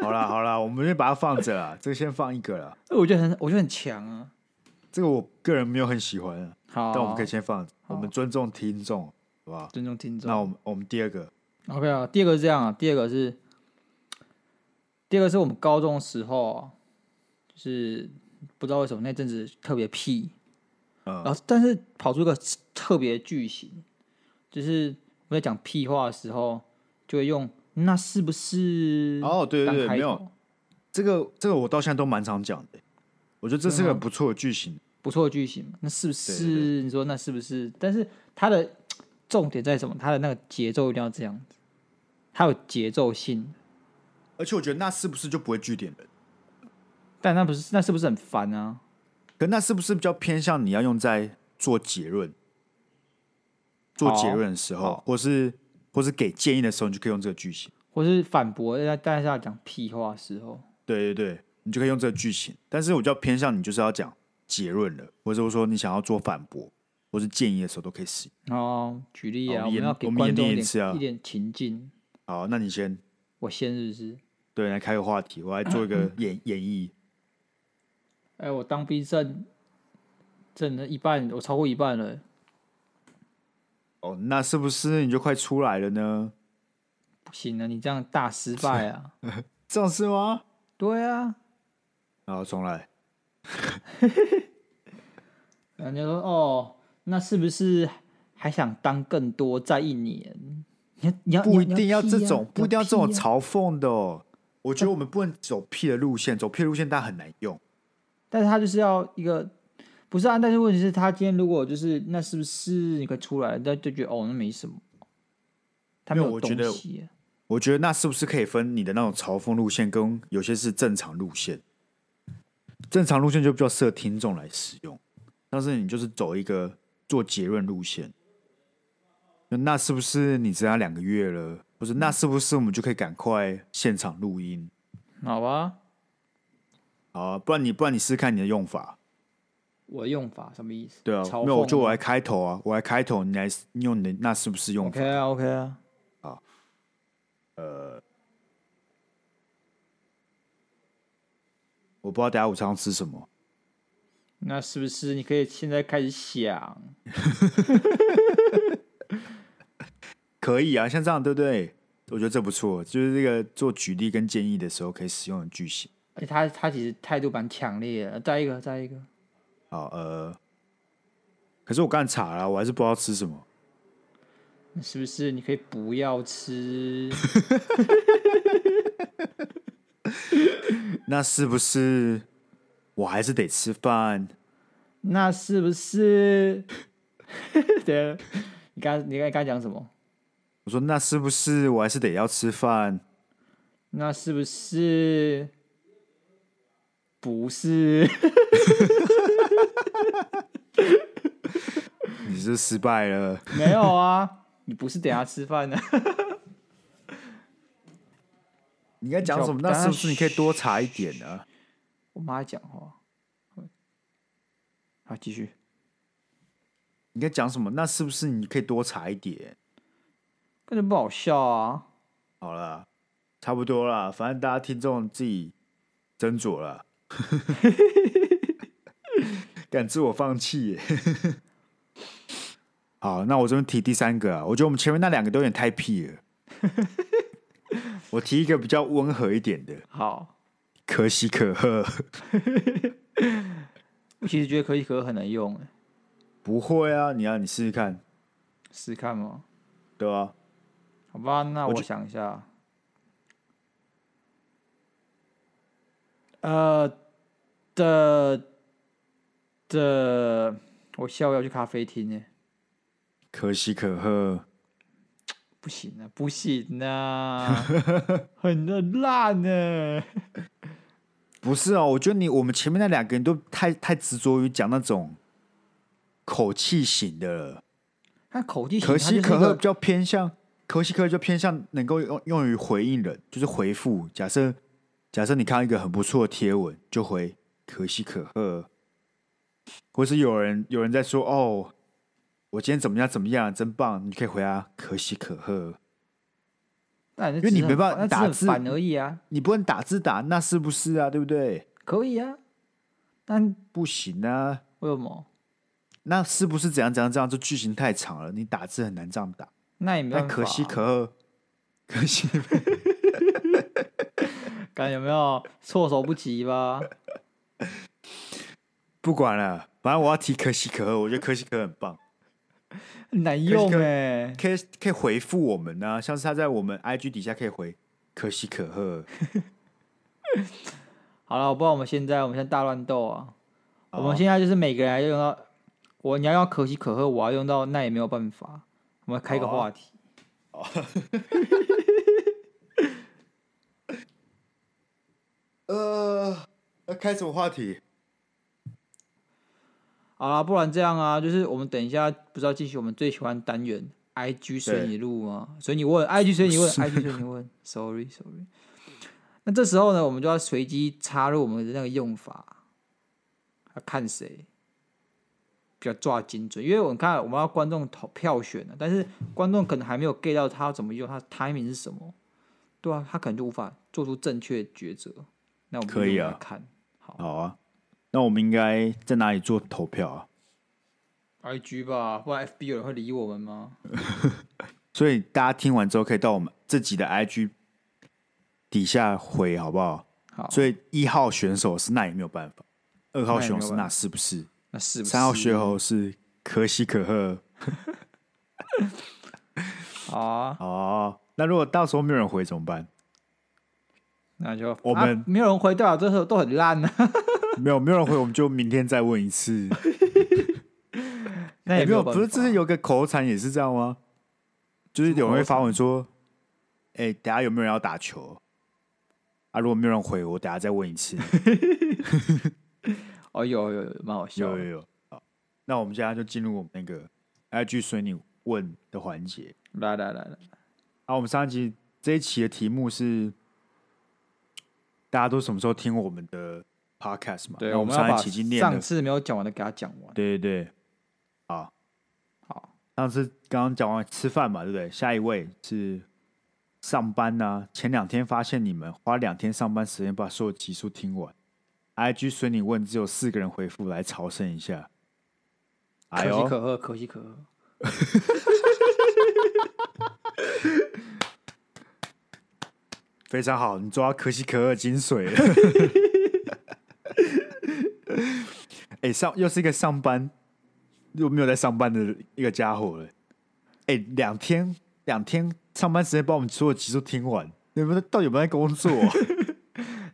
S1: 好啦好啦，我们就把它放着啦，这个先放一个啦。
S2: 我觉得很，我觉得很强啊。
S1: 这个我个人没有很喜欢啊，
S2: 好，
S1: 但我们可以先放，我们尊重听众，好不好？
S2: 哦尊重听
S1: 那
S2: 众。
S1: 我们我们第二个，
S2: OK 啊，第二个是这样啊，第二个是，第二个是我们高中的时候啊，就是不知道为什么那阵子特别屁，
S1: 嗯
S2: 然后但是跑出一个特别句型，就是我在讲屁话的时候，就会用那是不是？
S1: 哦，对对对，没有，
S2: 有，
S1: 这个这个我到现在都蛮常讲的，我觉得这是
S2: 真的
S1: 个
S2: 吗
S1: 不错的剧情，
S2: 不错的句型嘛，那是不是？
S1: 对对
S2: 你说那是不是？但是它的重点在什么？它的那个节奏一定要这样子，它有节奏性。
S1: 而且我觉得那是不是就不会据点人？
S2: 但那不是，那是不是很烦啊？
S1: 可那是不是比较偏向你要用在做结论、做结论的时候，
S2: 好
S1: 或是或是给建议的时候，你就可以用这个剧情。
S2: 或是反驳大家大家讲屁话的时候，
S1: 对对对，你就可以用这个剧情。但是我就要偏向你就是要讲结论了，或者说你想要做反驳或是建议的时候都可以使用。
S2: 然后举例啊，
S1: 好
S2: 我
S1: 我们哦演
S2: 们要给
S1: 我们
S2: 观
S1: 演
S2: 众
S1: 练
S2: 一
S1: 一
S2: 点
S1: 次啊
S2: 一点情境。
S1: 好，那你先
S2: 我先日是，
S1: 对来开个话题，我来做一个演演绎。
S2: 哎、我当兵剩剩了一半，我超过一半了，
S1: 哦，那是不是你就快出来了呢？
S2: 不行了，你这样大失 败啊！
S1: 这样是吗？
S2: 对啊，
S1: 然后重来。
S2: 人家说哦，那是不是还想当更多，再一年？你要你要
S1: 不一
S2: 你
S1: 定呃要
S2: 屁
S1: 这
S2: 啊
S1: 种，不一定要这种
S2: 屁啊
S1: 嘲讽的哦。我觉得我们不能走屁的路线，走屁的路线大家很难用。
S2: 但是他就是要一个，不是啊？但是问题是，他今天如果就是那是不是你可以出来？但就觉得哦，那没什么，他
S1: 没有
S2: 有
S1: 我觉得
S2: 东西啊。
S1: 我觉得那是不是可以分你的那种嘲讽路线，跟有些是正常路线？正常路线就比较适合听众来使用，但是你就是走一个做结论路线。那那是不是你只剩下两个月了？不是，那是不是我们就可以赶快现场录音？
S2: 好吧，
S1: 好啊，不然你不然你试试看你的用法，
S2: 我的用法什么意思？
S1: 对啊，
S2: 嘲
S1: 没有，我
S2: 讽
S1: 就我
S2: 吗
S1: 来开头啊，我来开头，你来你用你的那是不是用法
S2: OK 啊，OK 啊，
S1: 我不知道等下午餐要吃什么，
S2: 那是不是你可以现在开始想？
S1: 可以啊，像这样对不对？我觉得这不错，就是这个做举例跟建议的时候可以使用的句型。
S2: 而且哎他他其实态度蛮强烈的。再一个，再一个，
S1: 好，呃，可是我刚才查了，我还是不知道吃什么。
S2: 是不是你可以不要 吃？
S1: 那是不是我还是得吃饭？
S2: 那是不是？ 对，啊你刚你刚刚讲什么？
S1: 我说那是不是我还是得要吃饭？
S2: 那是不是？不是，
S1: 你是失败了。
S2: 没有啊，你不是等下吃饭的、
S1: 你应该讲什么？
S2: 等
S1: 那
S2: 下
S1: 是不是你可以多查一点啊呢、
S2: 我妈讲话，好，继续。
S1: 你应该讲什么？那是不是你可以多查一点？
S2: 根本不好笑啊！
S1: 好了，差不多了，反正大家听众自己斟酌 了。敢自我放弃 耶？好，那我这边提第三个啊，我觉得我们前面那两个都有点太屁了。我提一个比较温和一点的，
S2: 好，
S1: 可喜可贺。
S2: 我其实觉得可喜可贺很能用、欸，
S1: 不会啊，你要、你试试看，
S2: 试试看嘛。
S1: 对吧、啊？
S2: 好吧，那
S1: 我
S2: 我
S1: 觉
S2: 想一下。呃的的，我下午要去咖啡厅欸呢、
S1: 可喜可贺，
S2: 不行啊，不行啊，很很烂呢、
S1: 不是哦，我觉得你我们前面那两个人都太太执着于讲那种口气型的了。
S2: 他口技型
S1: 可
S2: 他
S1: 喜
S2: 就是
S1: 可
S2: 一
S1: 贺
S2: 个
S1: 比较偏向，可喜可贺就偏向能够用用于回应人，就是回复。假设假设你看到一个很不错的贴文，就回可喜可贺，或是有人有人在说哦，我今天怎么样怎么样，真棒，你可以回答可喜可贺。
S2: 但因
S1: 因为你没办法打字
S2: 反而已啊，
S1: 你不能打字打，那是不是啊？对不对？
S2: 可以啊，但
S1: 不行啊，
S2: 为什么？
S1: 那是不是怎样怎样怎样？这剧情太长了，你打字很难这样打。
S2: 那也没办
S1: 但
S2: 法、啊。
S1: 可喜可贺，可喜
S2: 感觉有没有措手不及吧？
S1: 不管了，反正我要提可喜可贺，我觉得可喜可贺很棒，
S2: 很难用
S1: 可是
S2: 哎、
S1: 可以可以回复我们呢、像是他在我们 IG 底下可以回可喜可贺。
S2: 好了，我不知道我们现在我们现在大乱斗啊，我
S1: 哦
S2: 们现在就是每个人要用到我你要用到可喜可贺，我要用到那也没有办法。我们开个
S1: 好啊
S2: 话题，
S1: 呃，要开什么话题？
S2: 好啦，不然这样啊，就是我们等一下不是要继续我们最喜欢单元 I G 随你录吗？随你问 I G 随 你问 I G 随你问，sorry sorry。那这时候呢，我们就要随机插入我们的那个用法，要看谁比较抓精准。因为我们看我们要观众投票选啊的，但是观众可能还没有 get 到他要怎么用，他的 timing 是什么？对啊，他可能就无法做出正确的抉择。那我们
S1: 可以啊
S2: 就来看
S1: 好啊，那我们应该在哪里做投票啊？
S2: I G 吧，不然 F B 有人会理我们吗？
S1: 所以大家听完之后，可以到我们自己的 IG 底下回，好不好？
S2: 好，
S1: 所以一号选手是那也没有办法，二号
S2: 那也
S1: 选
S2: 没
S1: 手是
S2: 有办
S1: 那是不是？
S2: 那是不是
S1: 三号选手是可喜可贺。
S2: 好啊，
S1: 哦，那如果到时候没有人回怎么办？
S2: 那就
S1: 我们
S2: 啊没有人回对啊，这时候都很 烂啊，
S1: 没有没有人回，我们就明天再问一次。
S2: 那也
S1: 哎没
S2: 有
S1: 有，
S2: 办
S1: 不是之前
S2: 法啊
S1: 有个口头禅也是这样吗？就是有人会发文说：“哎、等下有没有人要打球？”啊，如果没有人回我，等下再问一次。
S2: 哦，有有 有，蛮好笑
S1: 有有
S2: 的。
S1: 有，好，那我们现在就进入我们那个 IG 随你问的环节。
S2: 来来来来，
S1: 啊，我们上一集这一期的题目是大家都什么时候听我们的 podcast 嘛。
S2: 对，
S1: 那我
S2: 们
S1: 们
S2: 要
S1: 上
S2: 把
S1: 一期已经念了
S2: 上，次没有讲完的给他讲完。
S1: 对对对，好，
S2: 好，
S1: 上次刚刚讲完吃饭嘛，对不对？下一位是上班呢、前两天发现你们花两天上班时间把所有集数听完，IG 随你问只有四个人回复，来朝圣一下。哎
S2: 可喜
S1: 呦，
S2: 可贺，可喜可贺。
S1: 非常好，你抓可喜可贺精髓 了。哎、上又是一个上班又没有在上班的一个家伙了。哎、两天两天上班时间把我们所有集数听完，你们到底有没有在工作、 啊？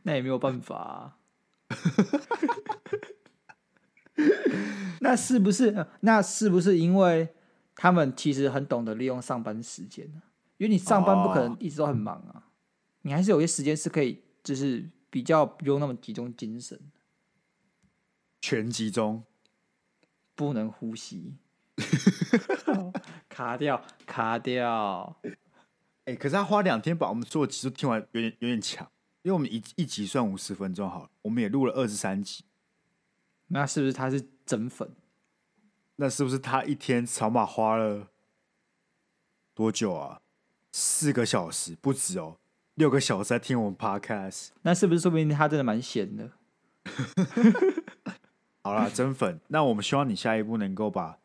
S2: 那也没有办法、 啊。那是不是？那是不是因为他们其实很懂得利用上班时间呢、因为你上班不可能
S1: 哦
S2: 一直都很忙啊，你还是有些时间是可以，就是比较不用那么集中精神，
S1: 全集中，
S2: 不能呼吸， 卡掉，卡掉。
S1: 哎、可是他花两天把我们所有集数听完，有点有点强，因为我们一一集算五十分钟好了，我们也录了二十三集，
S2: 那是不是他是整粉？
S1: 那是不是他一天扫码花了多久啊？四个小时不止哦，六个小时在听我们 podcast。
S2: 那是不是说明他真的蛮闲的？
S1: 好 啦，真粉，那我们希望你下一步能够把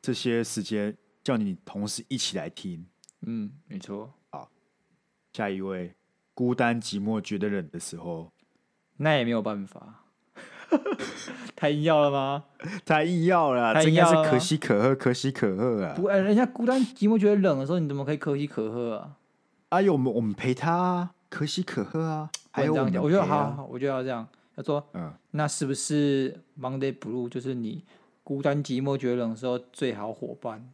S1: 这些时间叫你同事一起来听。
S2: 嗯，没错。
S1: 下一位，孤单寂寞觉得冷的时候，
S2: 那也没有办法。 太硬要了吗？
S1: 太硬要了啦，
S2: 太
S1: 这
S2: 硬
S1: 应该
S2: 要了
S1: 是
S2: 吗
S1: 可喜可贺，可喜可贺啊！
S2: 不，哎、人家孤单寂寞觉得冷的时候，你怎么可以可喜可贺啊？
S1: 哎呦，我们我们陪他、啊，可喜可贺啊，还有
S2: 不
S1: 我
S2: 能
S1: 们
S2: 这样
S1: 陪啊
S2: 讲，我觉得好好，好，我就要这样。他说，
S1: 嗯，
S2: 那是不是 Monday Blue 就是你孤单寂寞觉得冷的时候最好伙伴？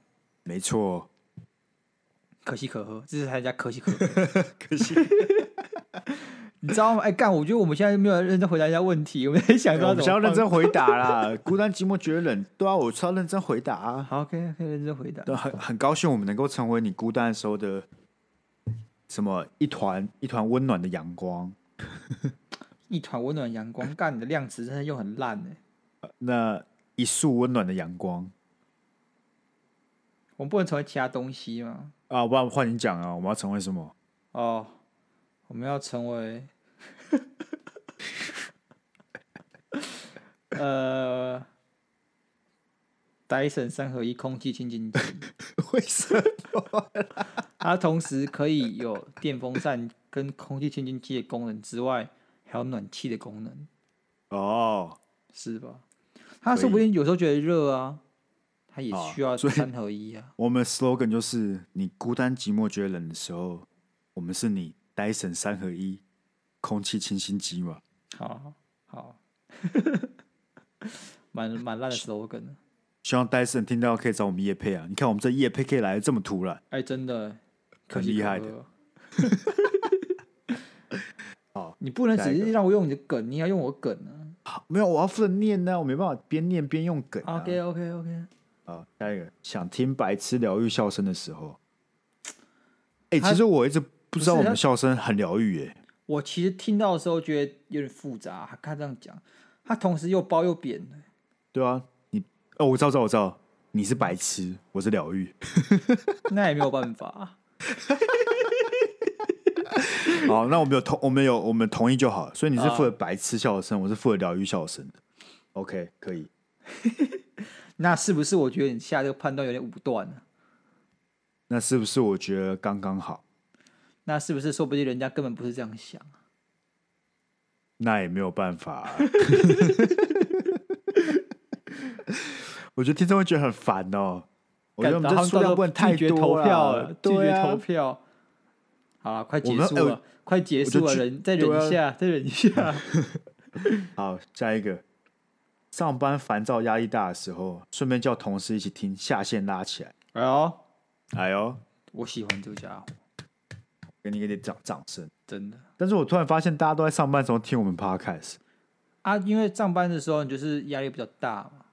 S1: 没错，哦
S2: 可喜可贺，这是他家可喜可贺，
S1: 可喜，
S2: 你知道吗？哎、干，我觉得我们现在没有认真回答人家问题，我们在想说
S1: 哎我们
S2: 要怎
S1: 需要
S2: 么
S1: 认
S2: 放。
S1: 真回答啦。 孤单寂寞觉得冷，对啊，我需要认真回答、啊。
S2: 好，OK，可以认真回答。
S1: 对，很很高兴我们能够成为你孤单的时候的什么一团一团温暖的阳光。
S2: 一团温暖阳光，干你的量词真的又很烂哎、
S1: 那一束温暖的阳光
S2: 我们不能成为其他东西吗？
S1: 啊，不然换你讲啊，我们要成为什么？
S2: 哦，我们要成为，呃，戴森三合一空气清净机，
S1: 为什么？
S2: 它同时可以有电风扇跟空气清净机的功能之外，还有暖气的功能，
S1: 哦，
S2: 是吧？它
S1: 可
S2: 说不
S1: 以
S2: 定有时候觉得热啊，它也
S1: 哦
S2: 需要
S1: 所以
S2: 三合一 啊。
S1: 我们 slogan 就是你孤单寂寞觉得冷的时候，我们是你 Dyson 三合一空气清新机嘛。
S2: 好好， 蛮蛮烂的 slogan 的。
S1: 希望 Dyson 听到可以找我们叶配啊！你看我们这叶配可以来的这么突然，
S2: 哎、真的，可
S1: 很
S2: 喜
S1: 厉
S2: 可
S1: 害的
S2: 贺。
S1: 好，
S2: 你不能
S1: 下
S2: 只
S1: 一个
S2: 是让我用你的梗，你要用我的梗啊。
S1: 好没有我要负责念呢、我没办法边念边用梗、啊。
S2: OK OK OK，
S1: 好，下一个想听白痴疗愈笑声的时候，哎、
S2: 他
S1: 其实我一直不知道
S2: 不是
S1: 我们
S2: 他
S1: 笑声很疗愈耶。
S2: 我其实听到的时候觉得有点复杂。他这样讲，他同时又包又扁的，
S1: 对啊，你哦，我知道，我知道，我知道，你是白痴，我是疗 愈。
S2: 那也没有办法。
S1: 好，那我们有同，我们有我们同意就好了。所以你是
S2: 啊
S1: 负责白痴笑声，我是负责疗愈笑声的。OK，可以。
S2: 那是不是我觉得你下这个判断有点武断啊呢、
S1: 那是不是我觉得刚刚好？
S2: 那是不是说不定人家根本不是这样想？啊
S1: 那也没有办法啊、 我觉得听众会觉得很烦哦。我觉得我们这
S2: 干然后
S1: 数
S2: 到时
S1: 量
S2: 候
S1: 不能太
S2: 拒绝
S1: 多
S2: 投票
S1: 了，
S2: 拒
S1: 对
S2: 绝
S1: 啊
S2: 投票。好了，快结
S1: 们
S2: 束
S1: 哎我
S2: 了，快结
S1: 我就
S2: 束了，
S1: 拒
S2: 忍再忍
S1: 对啊
S2: 一下，再忍一下。
S1: 好，下一个，上班烦躁、压力大的时候，顺便叫同事一起听下线拉起来。
S2: 哎呦，
S1: 哎呦，
S2: 我喜欢这个家伙，
S1: 给你一点掌掌声。
S2: 真的
S1: 但是我突然发现，大家都在上班的时候听我们 podcast，
S2: 啊！因为上班的时候你就是压力比较大嘛，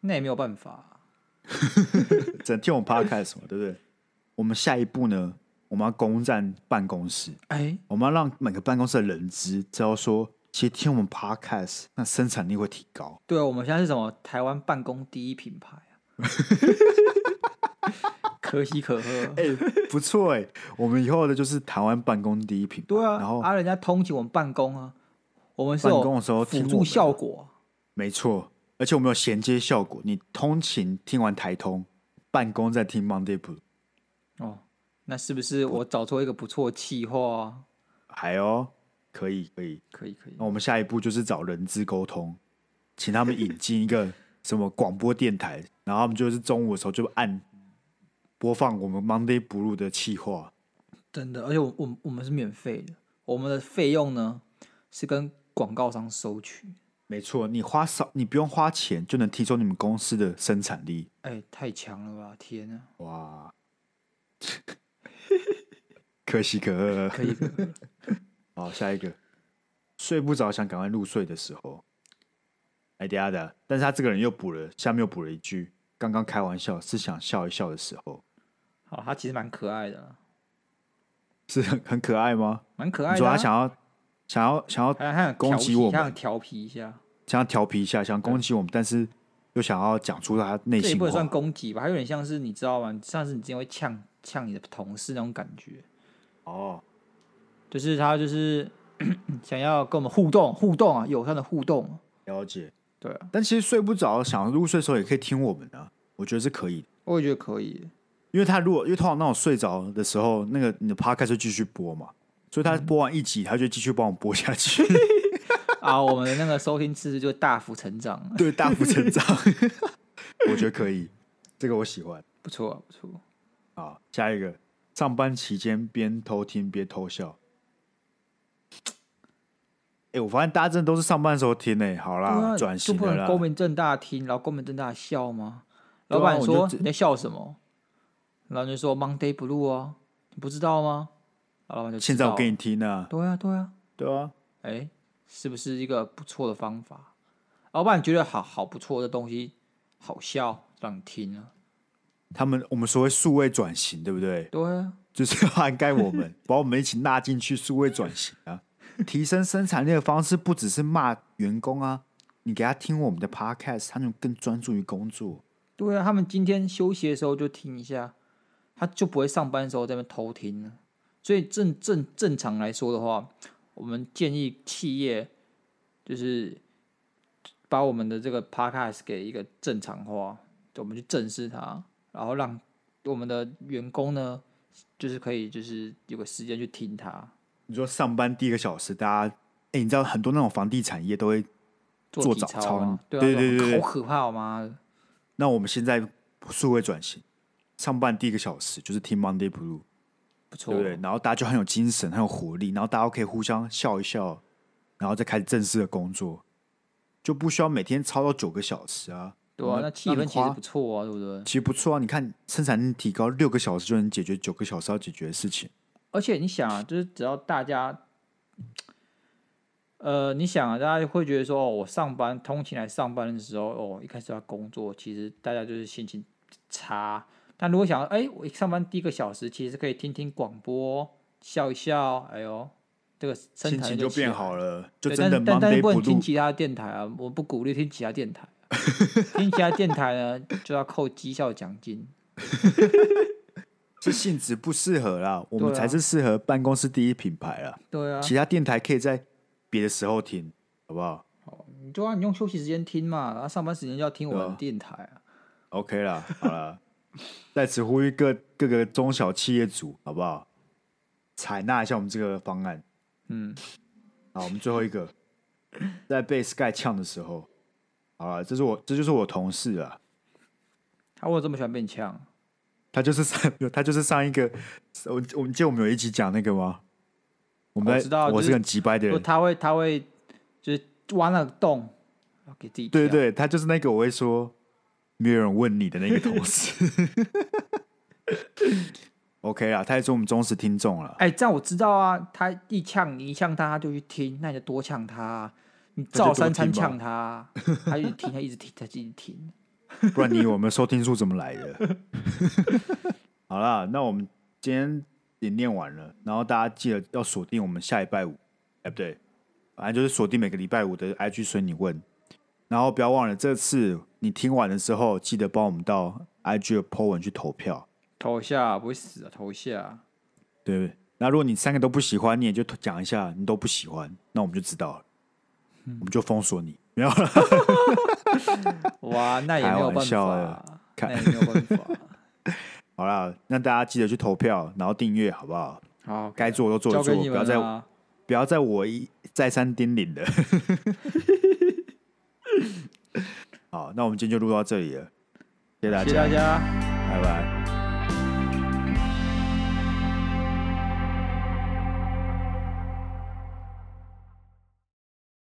S2: 那也没有办法啊、
S1: 只能听我们 podcast 嘛，对不对？我们下一步呢，我们要攻占办公室，
S2: 哎、
S1: 我们要让每个办公室的人知，知道说其实听我们 podcast，那生产力会提 高。
S2: 对啊，我们现在是什么台湾办公第一品牌 啊，可喜可贺。
S1: 哎、不错哎、我们以后的就是台湾办公第一品牌。
S2: 对啊，
S1: 然后
S2: 啊，人家通勤我们办公啊，我们是
S1: 办
S2: 有
S1: 公的时候听
S2: 辅
S1: 我
S2: 助
S1: 们
S2: 效果啊，
S1: 没错，而且我们有衔接效果，你通勤听完台通，办公再听 Monday Blue，
S2: 哦，那是不是我找出一个不错的企划啊？
S1: 还哦，可以可以。
S2: 可以可以
S1: 那，我们下一步就是找人资沟通，请他们引进一个什么广播电台，然后他们就是中午的时候就按播放我们 Monday Blue 的企划，
S2: 真的，而且我我们我们是免费的，我们的费用呢是跟广告商收取。
S1: 没错，你花少，你不用花钱就能提升你们公司的生产力。
S2: 哎、太强了吧！天啊，
S1: 哇，可喜可贺。
S2: 可以可以可以
S1: 好，下一个，睡不着想赶快入睡的时候，哎，等一下的，但是他这个人又补了，下面又补了一句，刚刚开玩笑是想笑一笑的时候，
S2: 好，他其实蛮可爱的啦，
S1: 是很很可爱吗？
S2: 蛮可
S1: 你
S2: 爱
S1: 说
S2: 的、啊。
S1: 他想要想要想要
S2: 还想还想
S1: 攻
S2: 调
S1: 击
S2: 皮
S1: 我
S2: 他
S1: 们
S2: 想调皮一下，
S1: 想要调皮一下，想攻击我们，但是又想要讲出他内
S2: 这也
S1: 心
S2: 不能算
S1: 话。
S2: 攻击吧，还有点像是你知道吗？上次你之前会呛呛你的同事那种感觉，
S1: 哦，
S2: 就是他就是 想要跟我们互动互动啊，友善的互动啊。
S1: 了解。
S2: 对啊，
S1: 但其实睡不着想入睡的时候也可以听我们啊，我觉得是可以的。
S2: 我也觉得可以。
S1: 因为他如果因为通常那种睡着的时候，那个你的 podcast 就继续播嘛，所以他播完一集，他就继续帮我播下 去，
S2: 啊，我们的那个收听次数就大幅成长了，
S1: 对，大幅成 长。我觉得可以，这个我喜欢。
S2: 不错啊，不错。
S1: 好，下一个，上班期间边偷听边偷笑。哎、我发现大家真的都是上班的时候听诶、好
S2: 对
S1: 啦，
S2: 啊
S1: 转、型
S2: 就不
S1: 了
S2: 能
S1: 啦。
S2: 光明正大听，然后光明正大笑吗？
S1: 对啊
S2: 老板
S1: 我
S2: 说
S1: 就
S2: 你在笑什么？然后你就说 Monday Blue 啊，你不知道吗？然后老板就知
S1: 现在我
S2: 道
S1: 给
S2: 了
S1: 你听啊，
S2: 对啊对啊，
S1: 对啊，
S2: 哎，是不是一个不错的方法？老板觉得好好不错的东西，好笑，让你听啊。
S1: 他们我们所谓数位转型，对不对？
S2: 对啊，
S1: 就是要涵盖我们， 把我们一起纳进去数位转型啊。提升生产力的方式不只是骂员工啊，你给他听我们的 podcast，他能更专注于工作。
S2: 对啊，他们今天休息的时候就听一下，他就不会上班的时候在那边偷听了。所以正正正常来说的话，我们建议企业就是把我们的这个 podcast 给一个正常化，我们去正视它，然后让我们的员工呢，就是可以就是有个时间去听它，
S1: 你说上班第一个小时，大家，哎、你知道很多那种房地产业都会，做
S2: 做体
S1: 早
S2: 操
S1: 操
S2: 啊，
S1: 你
S2: 对啊，
S1: 对
S2: 那种
S1: 对对对
S2: 好可怕哦，我妈的！
S1: 那我们现在数位转型，上班第一个小时就是听 Monday Blue，
S2: 不错
S1: 对不，对？然后大家就很有精神，很有活力，然后大家可以互相笑一笑，然后再开始正式的工作，就不需要每天超到九个小时啊。
S2: 对啊，那气氛其
S1: 花
S2: 实不错啊，对不对？
S1: 其实不错啊，你看生产力提高六个小时就能解决九个小时要解决的事情，
S2: 而且你想啊，就是只要大家，呃，你想啊，大家会觉得说，哦，我上班通勤来上班的时候，哦，一开始要工作，其实大家就是心情差。但如果想要，哎，我一上班第一个小时，其实可以听听广播，笑一笑，哎呦，这个生
S1: 心
S2: 产
S1: 情
S2: 力
S1: 就
S2: 起
S1: 变
S2: 来
S1: 好了，就
S2: 对，
S1: 真的
S2: 但是但但是
S1: Monday
S2: 不能
S1: Blue
S2: 听其他电台啊，我不鼓励听其他电台啊、听其他电台呢，就要扣绩效奖金。
S1: 这性质不适合啦，我
S2: 对
S1: 们
S2: 啊
S1: 才是适合办公室第一品牌啦，
S2: 对啊，
S1: 其他电台可以在别的时候听，好不好
S2: 你就让啊你用休息时间听嘛，然后上班时间就要听我
S1: 对
S2: 们
S1: 啊
S2: 的电台啊。
S1: ？OK 啦， 好啦，在此呼吁各各个中小企业主，好不好？采纳一下我们这个方案。
S2: 嗯，
S1: 好，我们最后一个，在被 Sky 呛的时候，好了，这是我这就是我同事啊，
S2: 他为什么这么喜欢被你呛？
S1: 他就是上， 他就是上一个，我我们记得我们有一集讲那个吗？我们在
S2: 哦我知道
S1: 我
S2: 就是是
S1: 个很急掰的
S2: 就
S1: 人，
S2: 他会，他会就是挖那个洞，然后给自己
S1: 对
S2: 呛，
S1: 对，他就是那个我会说没有人问你的那个同 事。OK 啦，他也是我们忠实听众了，
S2: 哎、这样我知道啊。他一呛你一呛他，他就去听，那你就多呛他啊，你
S1: 就
S2: 照
S1: 多
S2: 三餐
S1: 听吧
S2: 呛他啊，他一直听，他一直听，他一直听。
S1: 不然你以为我们收听数怎么来的？ 好啦，那我们今天也念完了，然后大家记得要锁定我们下礼拜五，哎、不对，反正就是锁定每个礼拜五的 IG 随你问，然后不要忘了这次你听完的时候，记得帮我们到 IG 的 po 文去投票，
S2: 投下不会死啊，投下。
S1: 对不对？那如果你三个都不喜欢，你也就讲一下你都不喜欢，那我们就知道了，
S2: 嗯
S1: 我们就封锁你，没有啦
S2: 哇，那也没有办
S1: 开玩笑
S2: 法
S1: 的，看
S2: 那也没有办法。
S1: 好啦，那大家记得去投票，然后订阅好不好？
S2: 好，
S1: 该做的都做
S2: 交
S1: 一做，
S2: 给你
S1: 不
S2: 们
S1: 要再
S2: 啊。
S1: 不要再我一再三叮咛了。 好，那我们今天就录到这里了，谢谢大
S2: 谢
S1: 家。
S2: 谢大家。